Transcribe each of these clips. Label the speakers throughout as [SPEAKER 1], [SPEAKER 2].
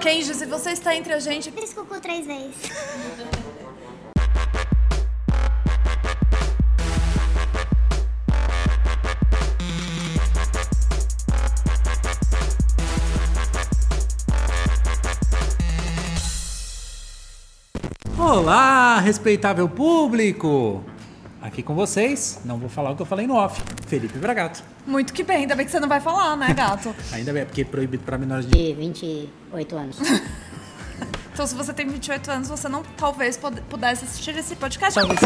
[SPEAKER 1] Kenji, se você está entre a gente.
[SPEAKER 2] Fiz cocô três vezes.
[SPEAKER 3] Olá, respeitável público! Aqui com vocês, não vou falar o que eu falei no off, Felipe Bragato.
[SPEAKER 1] Muito que bem, ainda bem que você não vai falar, né, gato?
[SPEAKER 3] Ainda bem, é porque é proibido para menores de...
[SPEAKER 4] de 28 anos.
[SPEAKER 1] Então, se você tem 28 anos, você não talvez pod- pudesse assistir esse podcast.
[SPEAKER 3] Talvez...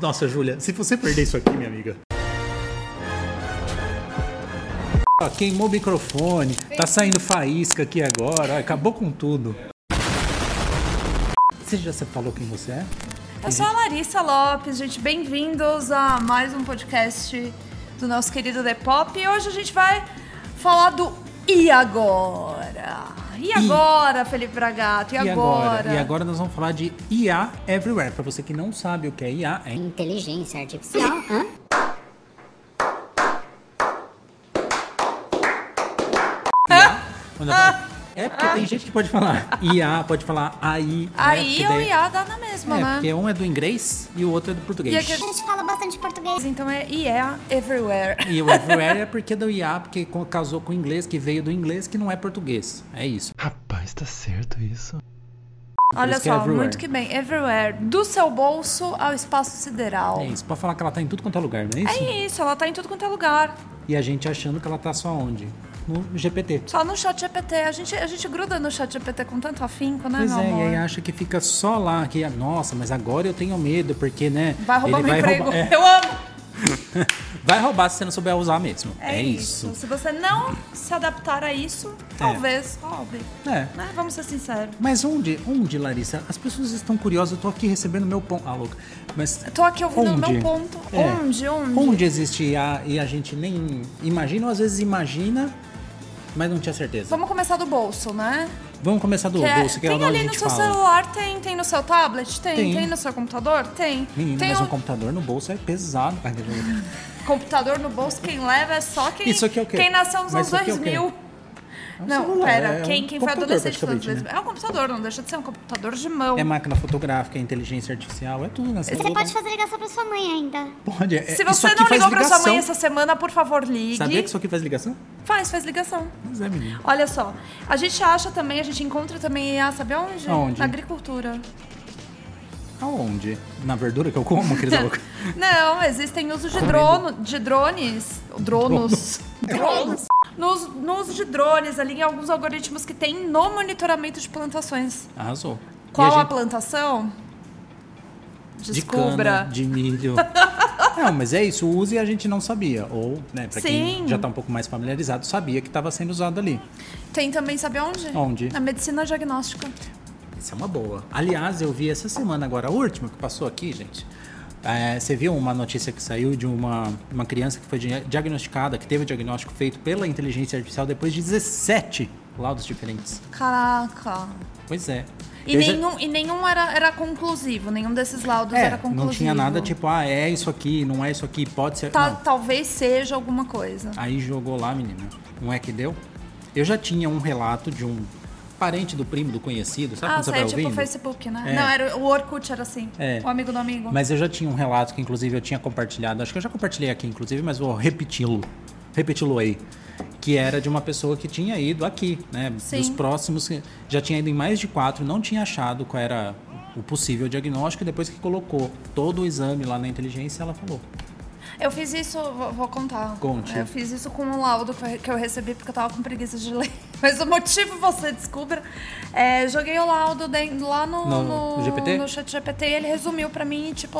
[SPEAKER 3] Nossa, Júlia, se você perder isso aqui, minha amiga... Ó, Queimou o microfone, tá saindo faísca aqui agora, ó, acabou com tudo. Você já se falou quem você é?
[SPEAKER 1] Eu sou a Larissa Lopes, gente. Bem-vindos a mais um podcast do nosso querido The Pop. E hoje a gente vai falar do E agora? E agora, Felipe Bragato? E,
[SPEAKER 3] E agora nós vamos falar de IA Everywhere. Pra você que não sabe o que é IA, é
[SPEAKER 4] Inteligência artificial. Hã?
[SPEAKER 3] Quando eu falo- É porque tem gente que pode falar IA, pode falar AI.
[SPEAKER 1] Aí
[SPEAKER 3] né?
[SPEAKER 1] eu
[SPEAKER 3] Porque daí-
[SPEAKER 1] ia dar na mesma,
[SPEAKER 3] É,
[SPEAKER 1] né?
[SPEAKER 3] porque um é do inglês e o outro é do português.
[SPEAKER 1] E
[SPEAKER 3] E,
[SPEAKER 1] aqui-
[SPEAKER 2] A gente fala bastante português.
[SPEAKER 1] Então é yeah everywhere.
[SPEAKER 3] o everywhere é porque é do IA, porque co- casou com o inglês, que veio do inglês, que não é português. É isso.
[SPEAKER 5] Rapaz, tá certo isso?
[SPEAKER 1] Olha
[SPEAKER 3] isso que
[SPEAKER 1] só,
[SPEAKER 3] é everywhere.
[SPEAKER 1] muito que bem. Everywhere. Do seu bolso ao espaço sideral.
[SPEAKER 3] É isso. Pra falar que ela tá em tudo quanto é lugar, não é isso?
[SPEAKER 1] É isso, ela tá em tudo quanto é lugar.
[SPEAKER 3] E a gente achando que ela tá só onde? No GPT.
[SPEAKER 1] Só no chat GPT. A gente, a gente gruda no chat GPT com tanto afinco, né,
[SPEAKER 3] Pois
[SPEAKER 1] meu
[SPEAKER 3] é, e
[SPEAKER 1] amor?
[SPEAKER 3] aí acha que fica só lá, que é, nossa, mas agora eu tenho medo, porque, né?
[SPEAKER 1] Vai roubar
[SPEAKER 3] ele
[SPEAKER 1] meu emprego.
[SPEAKER 3] roubar- é,
[SPEAKER 1] Eu amo.
[SPEAKER 3] vai roubar se você não souber usar mesmo.
[SPEAKER 1] É, isso. Se você não se adaptar a isso, talvez roube.
[SPEAKER 3] É.
[SPEAKER 1] Né? Vamos ser sinceros.
[SPEAKER 3] Mas onde, onde, Larissa? As pessoas estão curiosas, eu tô aqui recebendo meu pão. Ah, louca. Mas.
[SPEAKER 1] Eu tô aqui ouvindo o
[SPEAKER 3] Onde?
[SPEAKER 1] meu ponto.
[SPEAKER 3] É.
[SPEAKER 1] Onde? Onde?
[SPEAKER 3] Onde existe IA e a gente nem imagina, ou às vezes imagina, mas não tinha certeza. Vamos,
[SPEAKER 1] Vamos começar do bolso, né?
[SPEAKER 3] começar do
[SPEAKER 1] Que é-
[SPEAKER 3] bolso, que é
[SPEAKER 1] tem
[SPEAKER 3] onde a
[SPEAKER 1] ali no
[SPEAKER 3] gente
[SPEAKER 1] seu
[SPEAKER 3] fala.
[SPEAKER 1] celular, tem, tem no seu tablet, tem,
[SPEAKER 3] Tem.
[SPEAKER 1] tem, no seu computador, tem.
[SPEAKER 3] Menino,
[SPEAKER 1] tem
[SPEAKER 3] mas
[SPEAKER 1] o
[SPEAKER 3] um computador no bolso é pesado. Ai, É que louco.
[SPEAKER 1] computador no bolso, quem leva é só quem,
[SPEAKER 3] Isso aqui é o quê?
[SPEAKER 1] quem nasceu nos anos
[SPEAKER 3] Mas isso aqui é o quê?
[SPEAKER 1] 2000.
[SPEAKER 3] um
[SPEAKER 1] não,
[SPEAKER 3] celular,
[SPEAKER 1] pera,
[SPEAKER 3] é
[SPEAKER 1] quem,
[SPEAKER 3] um
[SPEAKER 1] quem foi
[SPEAKER 3] computador,
[SPEAKER 1] adolescente nos anos
[SPEAKER 3] praticamente, né?
[SPEAKER 1] 2000? É um computador, não deixa de ser um computador de mão.
[SPEAKER 3] É máquina fotográfica, é inteligência artificial, é tudo nessa
[SPEAKER 2] Você
[SPEAKER 3] vida.
[SPEAKER 2] pode fazer ligação pra sua mãe ainda.
[SPEAKER 3] Pode, é-
[SPEAKER 1] Se
[SPEAKER 3] isso
[SPEAKER 1] você
[SPEAKER 3] aqui
[SPEAKER 1] não
[SPEAKER 3] faz
[SPEAKER 1] ligou pra sua mãe
[SPEAKER 3] ligação.
[SPEAKER 1] essa semana, por favor, ligue.
[SPEAKER 3] Sabia que isso aqui faz ligação?
[SPEAKER 1] Faz, faz ligação.
[SPEAKER 3] Pois é, menino.
[SPEAKER 1] Olha só, a gente acha também, a gente encontra também, ah, sabe onde?
[SPEAKER 3] Aonde?
[SPEAKER 1] Na agricultura.
[SPEAKER 3] Aonde? Na verdura que eu como, querida louca?
[SPEAKER 1] Não, existem uso de, drono, de drones. Dronos. Drones. No, uso- no uso de drones, ali em alguns algoritmos que tem no monitoramento de plantações.
[SPEAKER 3] Arrasou. E
[SPEAKER 1] Qual a,
[SPEAKER 3] gente-
[SPEAKER 1] plantação?
[SPEAKER 3] de
[SPEAKER 1] Descubra.
[SPEAKER 3] cana, de milho. não, mas é isso, use e a gente não sabia. Ou, né, pra
[SPEAKER 1] Sim.
[SPEAKER 3] quem já tá um pouco mais familiarizado, sabia que estava sendo usado ali.
[SPEAKER 1] Tem também, sabe onde?
[SPEAKER 3] Onde?
[SPEAKER 1] Na medicina diagnóstica.
[SPEAKER 3] Isso é uma boa. Aliás, eu vi essa semana agora, a última que passou aqui, gente. é, você viu uma notícia que saiu de uma, uma criança que foi dia- diagnosticada, que teve o diagnóstico feito pela inteligência artificial depois de 17 laudos diferentes.
[SPEAKER 1] Caraca.
[SPEAKER 3] Pois é.
[SPEAKER 1] E
[SPEAKER 3] Eu já-
[SPEAKER 1] nenhum, e nenhum era, era conclusivo, nenhum desses laudos
[SPEAKER 3] É,
[SPEAKER 1] era conclusivo.
[SPEAKER 3] não tinha nada tipo, ah, é isso aqui, não é isso aqui, pode ser.
[SPEAKER 1] Ta-
[SPEAKER 3] não.
[SPEAKER 1] Talvez seja alguma coisa.
[SPEAKER 3] Aí jogou lá, menina. Não é que deu? Eu já tinha um relato de um parente do primo, do conhecido, sabe
[SPEAKER 1] Ah,
[SPEAKER 3] quando você vai
[SPEAKER 1] saiu tipo o
[SPEAKER 3] ouvindo?
[SPEAKER 1] Facebook, né?
[SPEAKER 3] É.
[SPEAKER 1] Não, era, o Orkut era assim.
[SPEAKER 3] É.
[SPEAKER 1] O amigo do amigo.
[SPEAKER 3] Mas eu já tinha um relato que, inclusive, eu tinha compartilhado. Acho que eu já compartilhei aqui, inclusive, mas vou repeti-lo. Repeti-lo aí. Que era de uma pessoa que tinha ido aqui, né?
[SPEAKER 1] Sim.
[SPEAKER 3] Dos próximos. que Já tinha ido em mais de quatro, não tinha achado qual era o possível diagnóstico. E depois que colocou todo o exame lá na inteligência, ela falou.
[SPEAKER 1] Eu fiz isso, vou, vou contar.
[SPEAKER 3] Conte.
[SPEAKER 1] Eu fiz isso com um laudo que eu- que eu recebi porque eu tava com preguiça de ler. Mas o motivo você descubra. É, joguei o laudo den- lá no,
[SPEAKER 3] No- no GPT?
[SPEAKER 1] no chat GPT e ele resumiu pra mim, tipo,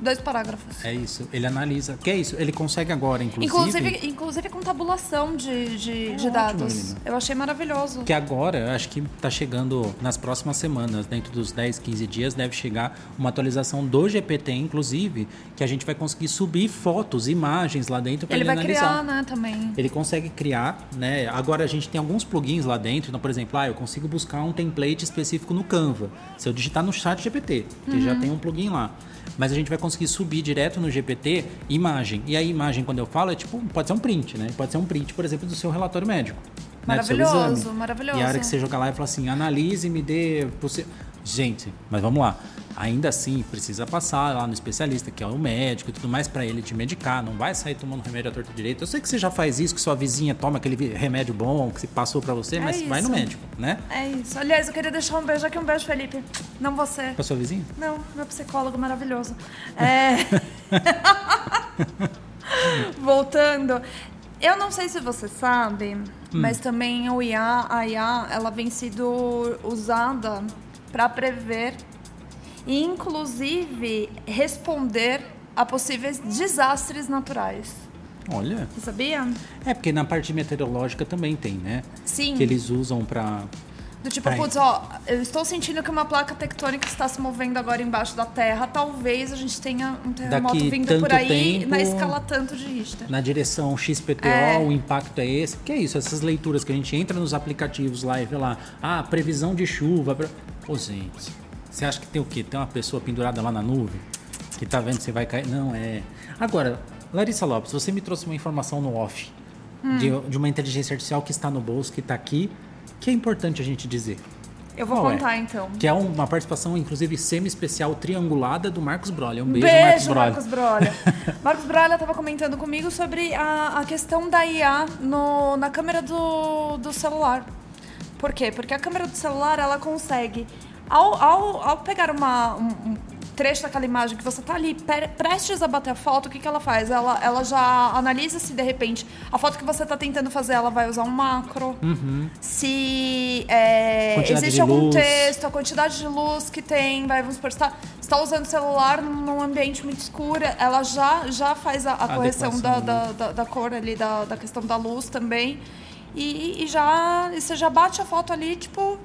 [SPEAKER 1] dois parágrafos.
[SPEAKER 3] É isso. Ele analisa. Que é isso? Ele consegue agora,
[SPEAKER 1] Inclusive, inclusive com tabulação de, de, de
[SPEAKER 3] É ótimo,
[SPEAKER 1] dados.
[SPEAKER 3] menina.
[SPEAKER 1] Eu achei maravilhoso.
[SPEAKER 3] Que agora, eu acho que tá chegando nas próximas semanas, dentro dos 10, 15 dias, deve chegar uma atualização do GPT, inclusive, que a gente vai conseguir subir fotos, imagens lá dentro para
[SPEAKER 1] Ele
[SPEAKER 3] ele,
[SPEAKER 1] vai criar,
[SPEAKER 3] analisar.
[SPEAKER 1] né, também.
[SPEAKER 3] Ele consegue criar, né? Agora a gente tem alguns plugins lá dentro. Então, por exemplo, ah, eu consigo buscar um template específico no Canva. Se eu digitar no chat GPT, que já
[SPEAKER 1] Uhum.
[SPEAKER 3] tem um plugin lá. Mas a gente vai conseguir subir direto no GPT imagem. E a imagem, quando eu falo, é tipo, pode ser um print, né? Pode ser um print, por exemplo, do seu relatório médico. né, do seu
[SPEAKER 1] Maravilhoso,
[SPEAKER 3] exame.
[SPEAKER 1] maravilhoso.
[SPEAKER 3] E a hora que você joga lá e fala assim, analise e me dê... possi-" Gente, mas vamos lá. Ainda assim, precisa passar lá no especialista, que é o médico e tudo mais, pra ele te medicar. Não vai sair tomando remédio à torta direito. Eu sei que você já faz isso, que sua vizinha toma aquele vi- remédio bom que se passou pra você,
[SPEAKER 1] É
[SPEAKER 3] mas vai no
[SPEAKER 1] isso.
[SPEAKER 3] médico, né?
[SPEAKER 1] É isso. Aliás, eu queria deixar um beijo aqui, um beijo, Felipe. Não você.
[SPEAKER 3] Pra sua vizinha?
[SPEAKER 1] Não, meu psicólogo maravilhoso. É. Voltando. Eu não sei se você sabe, mas também o IA, a IA, ela vem sido usada para prever e inclusive responder a possíveis desastres naturais.
[SPEAKER 3] Olha...
[SPEAKER 1] Você sabia?
[SPEAKER 3] É, porque na parte meteorológica também tem, né?
[SPEAKER 1] Sim.
[SPEAKER 3] Que eles usam pra.
[SPEAKER 1] Do tipo,
[SPEAKER 3] Ai.
[SPEAKER 1] putz, ó, eu estou sentindo que uma placa tectônica está se movendo agora embaixo da Terra. Talvez a gente tenha um terremoto
[SPEAKER 3] Daqui
[SPEAKER 1] vindo
[SPEAKER 3] tanto
[SPEAKER 1] por aí
[SPEAKER 3] tempo-
[SPEAKER 1] na escala tanto de Richter.
[SPEAKER 3] Na direção XPTO,
[SPEAKER 1] É.
[SPEAKER 3] o impacto é esse. Porque é isso, essas leituras que a gente entra nos aplicativos lá e vê lá, ah, previsão de chuva. pre- Ô, gente, você acha que tem o quê? Tem uma pessoa pendurada lá na nuvem que tá vendo que você vai cair? Não, é. Agora, Larissa Lopes, você me trouxe uma informação no off
[SPEAKER 1] Hum.
[SPEAKER 3] de, de uma inteligência artificial que está no bolso, que tá aqui, que é importante a gente dizer.
[SPEAKER 1] Eu vou
[SPEAKER 3] Qual é?
[SPEAKER 1] contar então.
[SPEAKER 3] Que é uma participação, inclusive, semi-especial triangulada do Marcos Brolha. Um beijo,
[SPEAKER 1] Beijo, Marcos
[SPEAKER 3] Marcos Brolha.
[SPEAKER 1] Brolha. Marcos Brolha estava comentando comigo sobre a, a questão da IA no- na câmera do, do celular. Por quê? Porque a câmera do celular, ela consegue, ao, ao, ao pegar uma, um, um trecho daquela imagem que você tá ali pre- prestes a bater a foto, o que, que ela faz? Ela, ela já analisa se, de repente, a foto que você tá tentando fazer, ela vai usar um macro. Se é,
[SPEAKER 3] Uhum. Quantidade de
[SPEAKER 1] existe algum
[SPEAKER 3] luz.
[SPEAKER 1] texto a quantidade de luz que tem, vai, vamos supor, você tá, você tá usando celular num num ambiente muito escuro, ela já, já faz a, a correção da,
[SPEAKER 3] Adequação, né?
[SPEAKER 1] da, da- da cor ali, da, da questão da luz também. E, e já e você já bate a foto ali, tipo,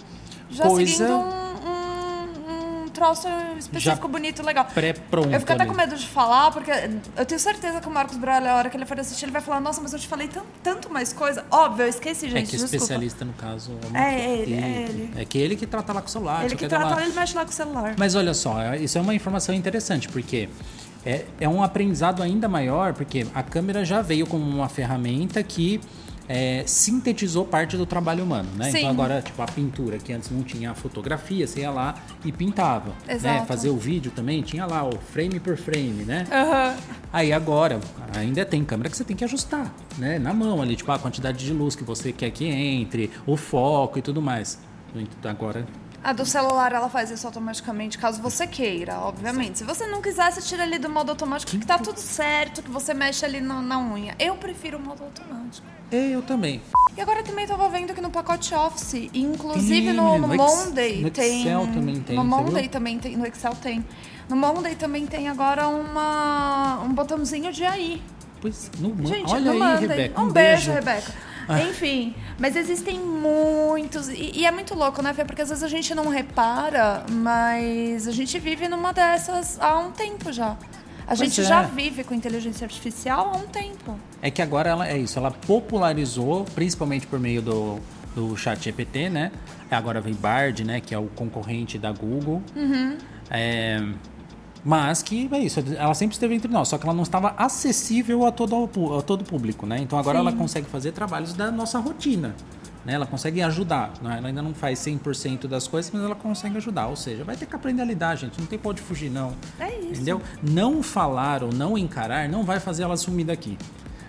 [SPEAKER 1] já
[SPEAKER 3] Coisa-
[SPEAKER 1] seguindo um, um, um troço específico,
[SPEAKER 3] Já
[SPEAKER 1] bonito, legal.
[SPEAKER 3] pré-pronto
[SPEAKER 1] Eu fico até
[SPEAKER 3] ali.
[SPEAKER 1] com medo de falar, porque eu tenho certeza que o Marcos Brolha, a hora que ele for assistir, ele vai falar, nossa, mas eu te falei tan- tanto mais coisa. Óbvio, eu esqueci, gente,
[SPEAKER 3] É que o
[SPEAKER 1] desculpa.
[SPEAKER 3] especialista, no caso, é, o
[SPEAKER 1] É
[SPEAKER 3] Marcos.
[SPEAKER 1] ele, é
[SPEAKER 3] E-
[SPEAKER 1] ele.
[SPEAKER 3] É que ele que é trata lá com o celular.
[SPEAKER 1] Ele
[SPEAKER 3] só
[SPEAKER 1] que
[SPEAKER 3] dá
[SPEAKER 1] trata,
[SPEAKER 3] lá-
[SPEAKER 1] ele mexe lá com o celular.
[SPEAKER 3] Mas olha só, é- isso é uma informação interessante, porque é, é um aprendizado ainda maior, porque a câmera já veio como uma ferramenta que é, sintetizou parte do trabalho humano, né?
[SPEAKER 1] Sim.
[SPEAKER 3] Então agora, tipo, a pintura, que antes não tinha a fotografia, você ia lá e pintava. né?
[SPEAKER 1] Exato.
[SPEAKER 3] Fazer o vídeo também, tinha lá o frame por frame, né?
[SPEAKER 1] Aham.
[SPEAKER 3] Aí agora, ainda tem câmera que você tem que ajustar, né? Na mão ali, tipo, a quantidade de luz que você quer que entre, o foco e tudo mais. Então, Agora,
[SPEAKER 1] A do celular ela faz isso automaticamente, caso você queira, obviamente. Se você não quiser, você tira ali do modo automático, que tá tudo certo, que você mexe ali na, na unha. Eu prefiro o modo automático.
[SPEAKER 3] eu também.
[SPEAKER 1] E agora também tava vendo que no pacote Office, e inclusive
[SPEAKER 3] Tem,
[SPEAKER 1] no, no
[SPEAKER 3] no Ex-
[SPEAKER 1] Monday
[SPEAKER 3] no
[SPEAKER 1] tem.
[SPEAKER 3] Excel também tem,
[SPEAKER 1] No
[SPEAKER 3] você
[SPEAKER 1] Monday
[SPEAKER 3] viu?
[SPEAKER 1] também tem, no Excel tem. No Monday também tem agora uma, um botãozinho de AI.
[SPEAKER 3] Pois, não man-
[SPEAKER 1] Gente,
[SPEAKER 3] olha
[SPEAKER 1] não
[SPEAKER 3] aí,
[SPEAKER 1] mandem.
[SPEAKER 3] Rebeca. Ah.
[SPEAKER 1] Um, beijo, Rebeca. Enfim, mas existem muitos. E, e é muito louco, né, Fê? Porque às vezes a gente não repara, mas a gente vive numa dessas há um tempo já. A gente
[SPEAKER 3] é.
[SPEAKER 1] já vive com inteligência artificial há um tempo.
[SPEAKER 3] É que agora ela é isso, ela popularizou, principalmente por meio do, do chat GPT, né? Agora vem Bard, né? Que é o concorrente da Google.
[SPEAKER 1] Uhum.
[SPEAKER 3] É, mas que é isso, ela sempre esteve entre nós, só que ela não estava acessível a todo, o pu- a todo o público, né? Então agora ela consegue fazer trabalhos da nossa rotina. Né? Ela consegue ajudar, né? ela ainda não faz 100% das coisas, mas ela consegue ajudar. Ou seja, vai ter que aprender a lidar, gente. Não tem pode fugir, não.
[SPEAKER 1] É isso.
[SPEAKER 3] Entendeu? Não falar ou não encarar não vai fazer ela sumir daqui.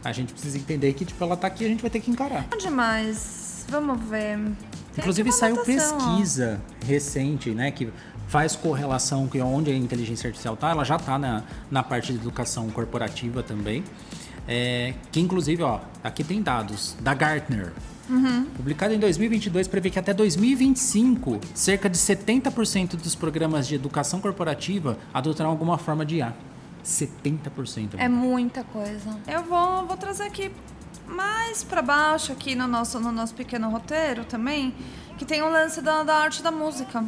[SPEAKER 3] A gente precisa entender que, tipo, ela tá aqui e a gente vai ter que encarar.
[SPEAKER 1] Onde mais? Vamos ver. Tem
[SPEAKER 3] Inclusive
[SPEAKER 1] aqui uma
[SPEAKER 3] saiu
[SPEAKER 1] anotação, ó.
[SPEAKER 3] pesquisa recente, né, que faz correlação com onde a inteligência artificial tá, ela já tá na, na parte de educação corporativa também. É, que inclusive, ó, aqui tem dados da Gartner.
[SPEAKER 1] Uhum.
[SPEAKER 3] Publicado em 2022, prevê que até 2025, cerca de 70% dos programas de educação corporativa adotarão alguma forma de IA. 70%.
[SPEAKER 1] É muita coisa. Eu vou, vou trazer aqui mais pra baixo, aqui no nosso, no nosso pequeno roteiro também, que tem o lance da, da arte da música.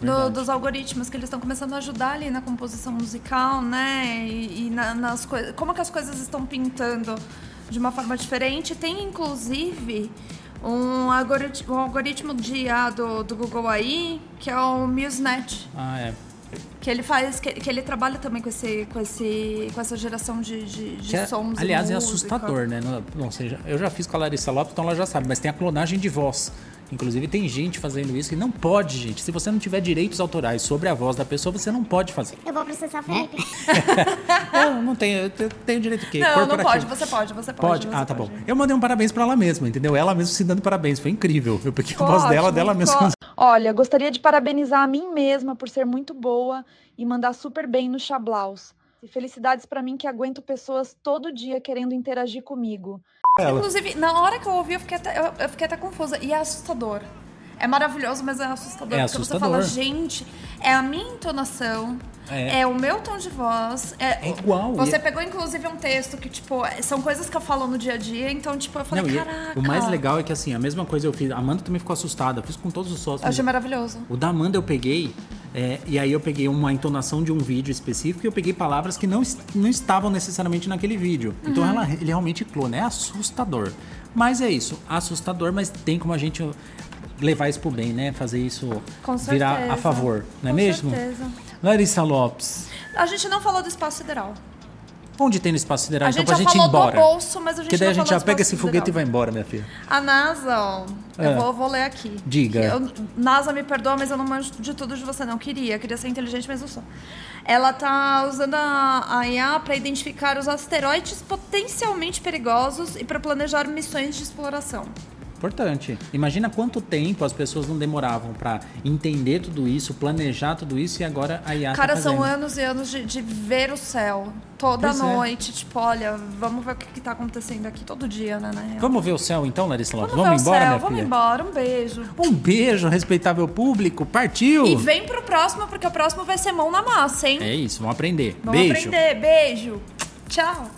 [SPEAKER 1] Do-
[SPEAKER 3] Verdade.
[SPEAKER 1] dos algoritmos que eles estão começando a ajudar ali na composição musical, né? E, e na- nas coisas. Como que as coisas estão pintando de uma forma diferente. Tem inclusive um algoritmo, um algoritmo de IA do, do Google aí, que é o MuseNet.
[SPEAKER 3] Ah, é.
[SPEAKER 1] Que ele faz, que, que ele trabalha também com esse, com esse, com essa geração de, de, de
[SPEAKER 3] Que é-
[SPEAKER 1] sons. e
[SPEAKER 3] aliás, é
[SPEAKER 1] música.
[SPEAKER 3] assustador, né? Não, não sei, já- eu já fiz com a Larissa Lopes, então ela já sabe, mas tem a clonagem de voz. Inclusive, tem gente fazendo isso que não pode, gente. Se você não tiver direitos autorais sobre a voz da pessoa, você não pode fazer.
[SPEAKER 2] Eu vou processar o
[SPEAKER 4] Né?
[SPEAKER 2] Felipe.
[SPEAKER 3] Eu não tenho, eu tenho- tenho direito o quê?
[SPEAKER 1] Não, não pode,
[SPEAKER 3] Corporativo.
[SPEAKER 1] você pode, você pode.
[SPEAKER 3] Pode?
[SPEAKER 1] você
[SPEAKER 3] Ah, tá
[SPEAKER 1] pode.
[SPEAKER 3] bom. Eu mandei um parabéns pra ela mesma, entendeu? Ela mesma se dando parabéns. Foi incrível. Eu peguei a
[SPEAKER 1] Ficou
[SPEAKER 3] voz dela, é
[SPEAKER 1] ótimo,
[SPEAKER 3] dela
[SPEAKER 1] ficou-
[SPEAKER 3] mesma.
[SPEAKER 6] Olha, gostaria de parabenizar a mim mesma por ser muito boa e mandar super bem no Chablaus. E felicidades pra mim que aguento pessoas todo dia querendo interagir comigo.
[SPEAKER 3] Ela.
[SPEAKER 1] Inclusive, na hora que eu ouvi, eu fiquei até, eu, eu fiquei até confusa. E é assustador. É maravilhoso, mas é assustador.
[SPEAKER 3] É
[SPEAKER 1] porque
[SPEAKER 3] assustador.
[SPEAKER 1] você fala, gente, é a minha entonação,
[SPEAKER 3] É.
[SPEAKER 1] é, o meu tom de voz. É,
[SPEAKER 3] É igual,
[SPEAKER 1] Você
[SPEAKER 3] e-
[SPEAKER 1] pegou, inclusive, um texto que, tipo, é- são coisas que eu falo no dia a dia. Então, tipo, eu falei,
[SPEAKER 3] Não, e
[SPEAKER 1] caraca.
[SPEAKER 3] o mais legal é que assim, a mesma coisa eu fiz. A Amanda também ficou assustada. eu Fiz com todos os sócios.
[SPEAKER 1] Eu achei maravilhoso.
[SPEAKER 3] O da Amanda eu peguei, é, e aí eu peguei uma entonação de um vídeo específico e eu peguei palavras que não, es- não estavam necessariamente naquele vídeo. Então
[SPEAKER 1] Uhum.
[SPEAKER 3] ela, ele realmente clona, é assustador. Mas é isso, assustador, mas tem como a gente levar isso pro bem, né? Fazer isso
[SPEAKER 1] Com
[SPEAKER 3] virar a
[SPEAKER 1] certeza.
[SPEAKER 3] favor, não é
[SPEAKER 1] Com
[SPEAKER 3] mesmo?
[SPEAKER 1] certeza.
[SPEAKER 3] Larissa Lopes,
[SPEAKER 1] A gente não falou do espaço sideral.
[SPEAKER 3] onde tem no espaço sideral?
[SPEAKER 1] A
[SPEAKER 3] então
[SPEAKER 1] gente
[SPEAKER 3] pra
[SPEAKER 1] já
[SPEAKER 3] gente ir
[SPEAKER 1] falou
[SPEAKER 3] embora.
[SPEAKER 1] do bolso, mas a gente
[SPEAKER 3] Porque daí
[SPEAKER 1] não
[SPEAKER 3] a gente
[SPEAKER 1] falou
[SPEAKER 3] já
[SPEAKER 1] do
[SPEAKER 3] pega
[SPEAKER 1] espaço
[SPEAKER 3] esse foguete e
[SPEAKER 1] sideral.
[SPEAKER 3] vai embora, minha filha.
[SPEAKER 1] A NASA, ó,
[SPEAKER 3] É.
[SPEAKER 1] eu vou, vou ler aqui.
[SPEAKER 3] Diga.
[SPEAKER 1] Eu- NASA, me perdoa, mas eu não manjo de tudo de você, não. Queria, queria ser inteligente, mas não sou. Ela tá usando a, a IA para identificar os asteroides potencialmente perigosos e para planejar missões de exploração.
[SPEAKER 3] Ah, Importante. Imagina quanto tempo as pessoas não demoravam pra entender tudo isso, planejar tudo isso e agora a IA tá
[SPEAKER 1] Cara, são
[SPEAKER 3] fazendo.
[SPEAKER 1] anos e anos de, de ver o céu toda
[SPEAKER 3] Pois é.
[SPEAKER 1] noite. Tipo, olha, vamos ver o que, que tá acontecendo aqui todo dia, né? Na real.
[SPEAKER 3] Vamos ver o céu então, Larissa Lopes?
[SPEAKER 1] Vamos ver o
[SPEAKER 3] Vamos, embora,
[SPEAKER 1] céu,
[SPEAKER 3] minha
[SPEAKER 1] vamos
[SPEAKER 3] filha?
[SPEAKER 1] embora. Um beijo.
[SPEAKER 3] Um beijo, respeitável público. Partiu!
[SPEAKER 1] E vem pro próximo, porque o próximo vai ser mão na massa, hein?
[SPEAKER 3] É isso, vamos aprender.
[SPEAKER 1] Vamos
[SPEAKER 3] beijo.
[SPEAKER 1] aprender. Beijo. Tchau.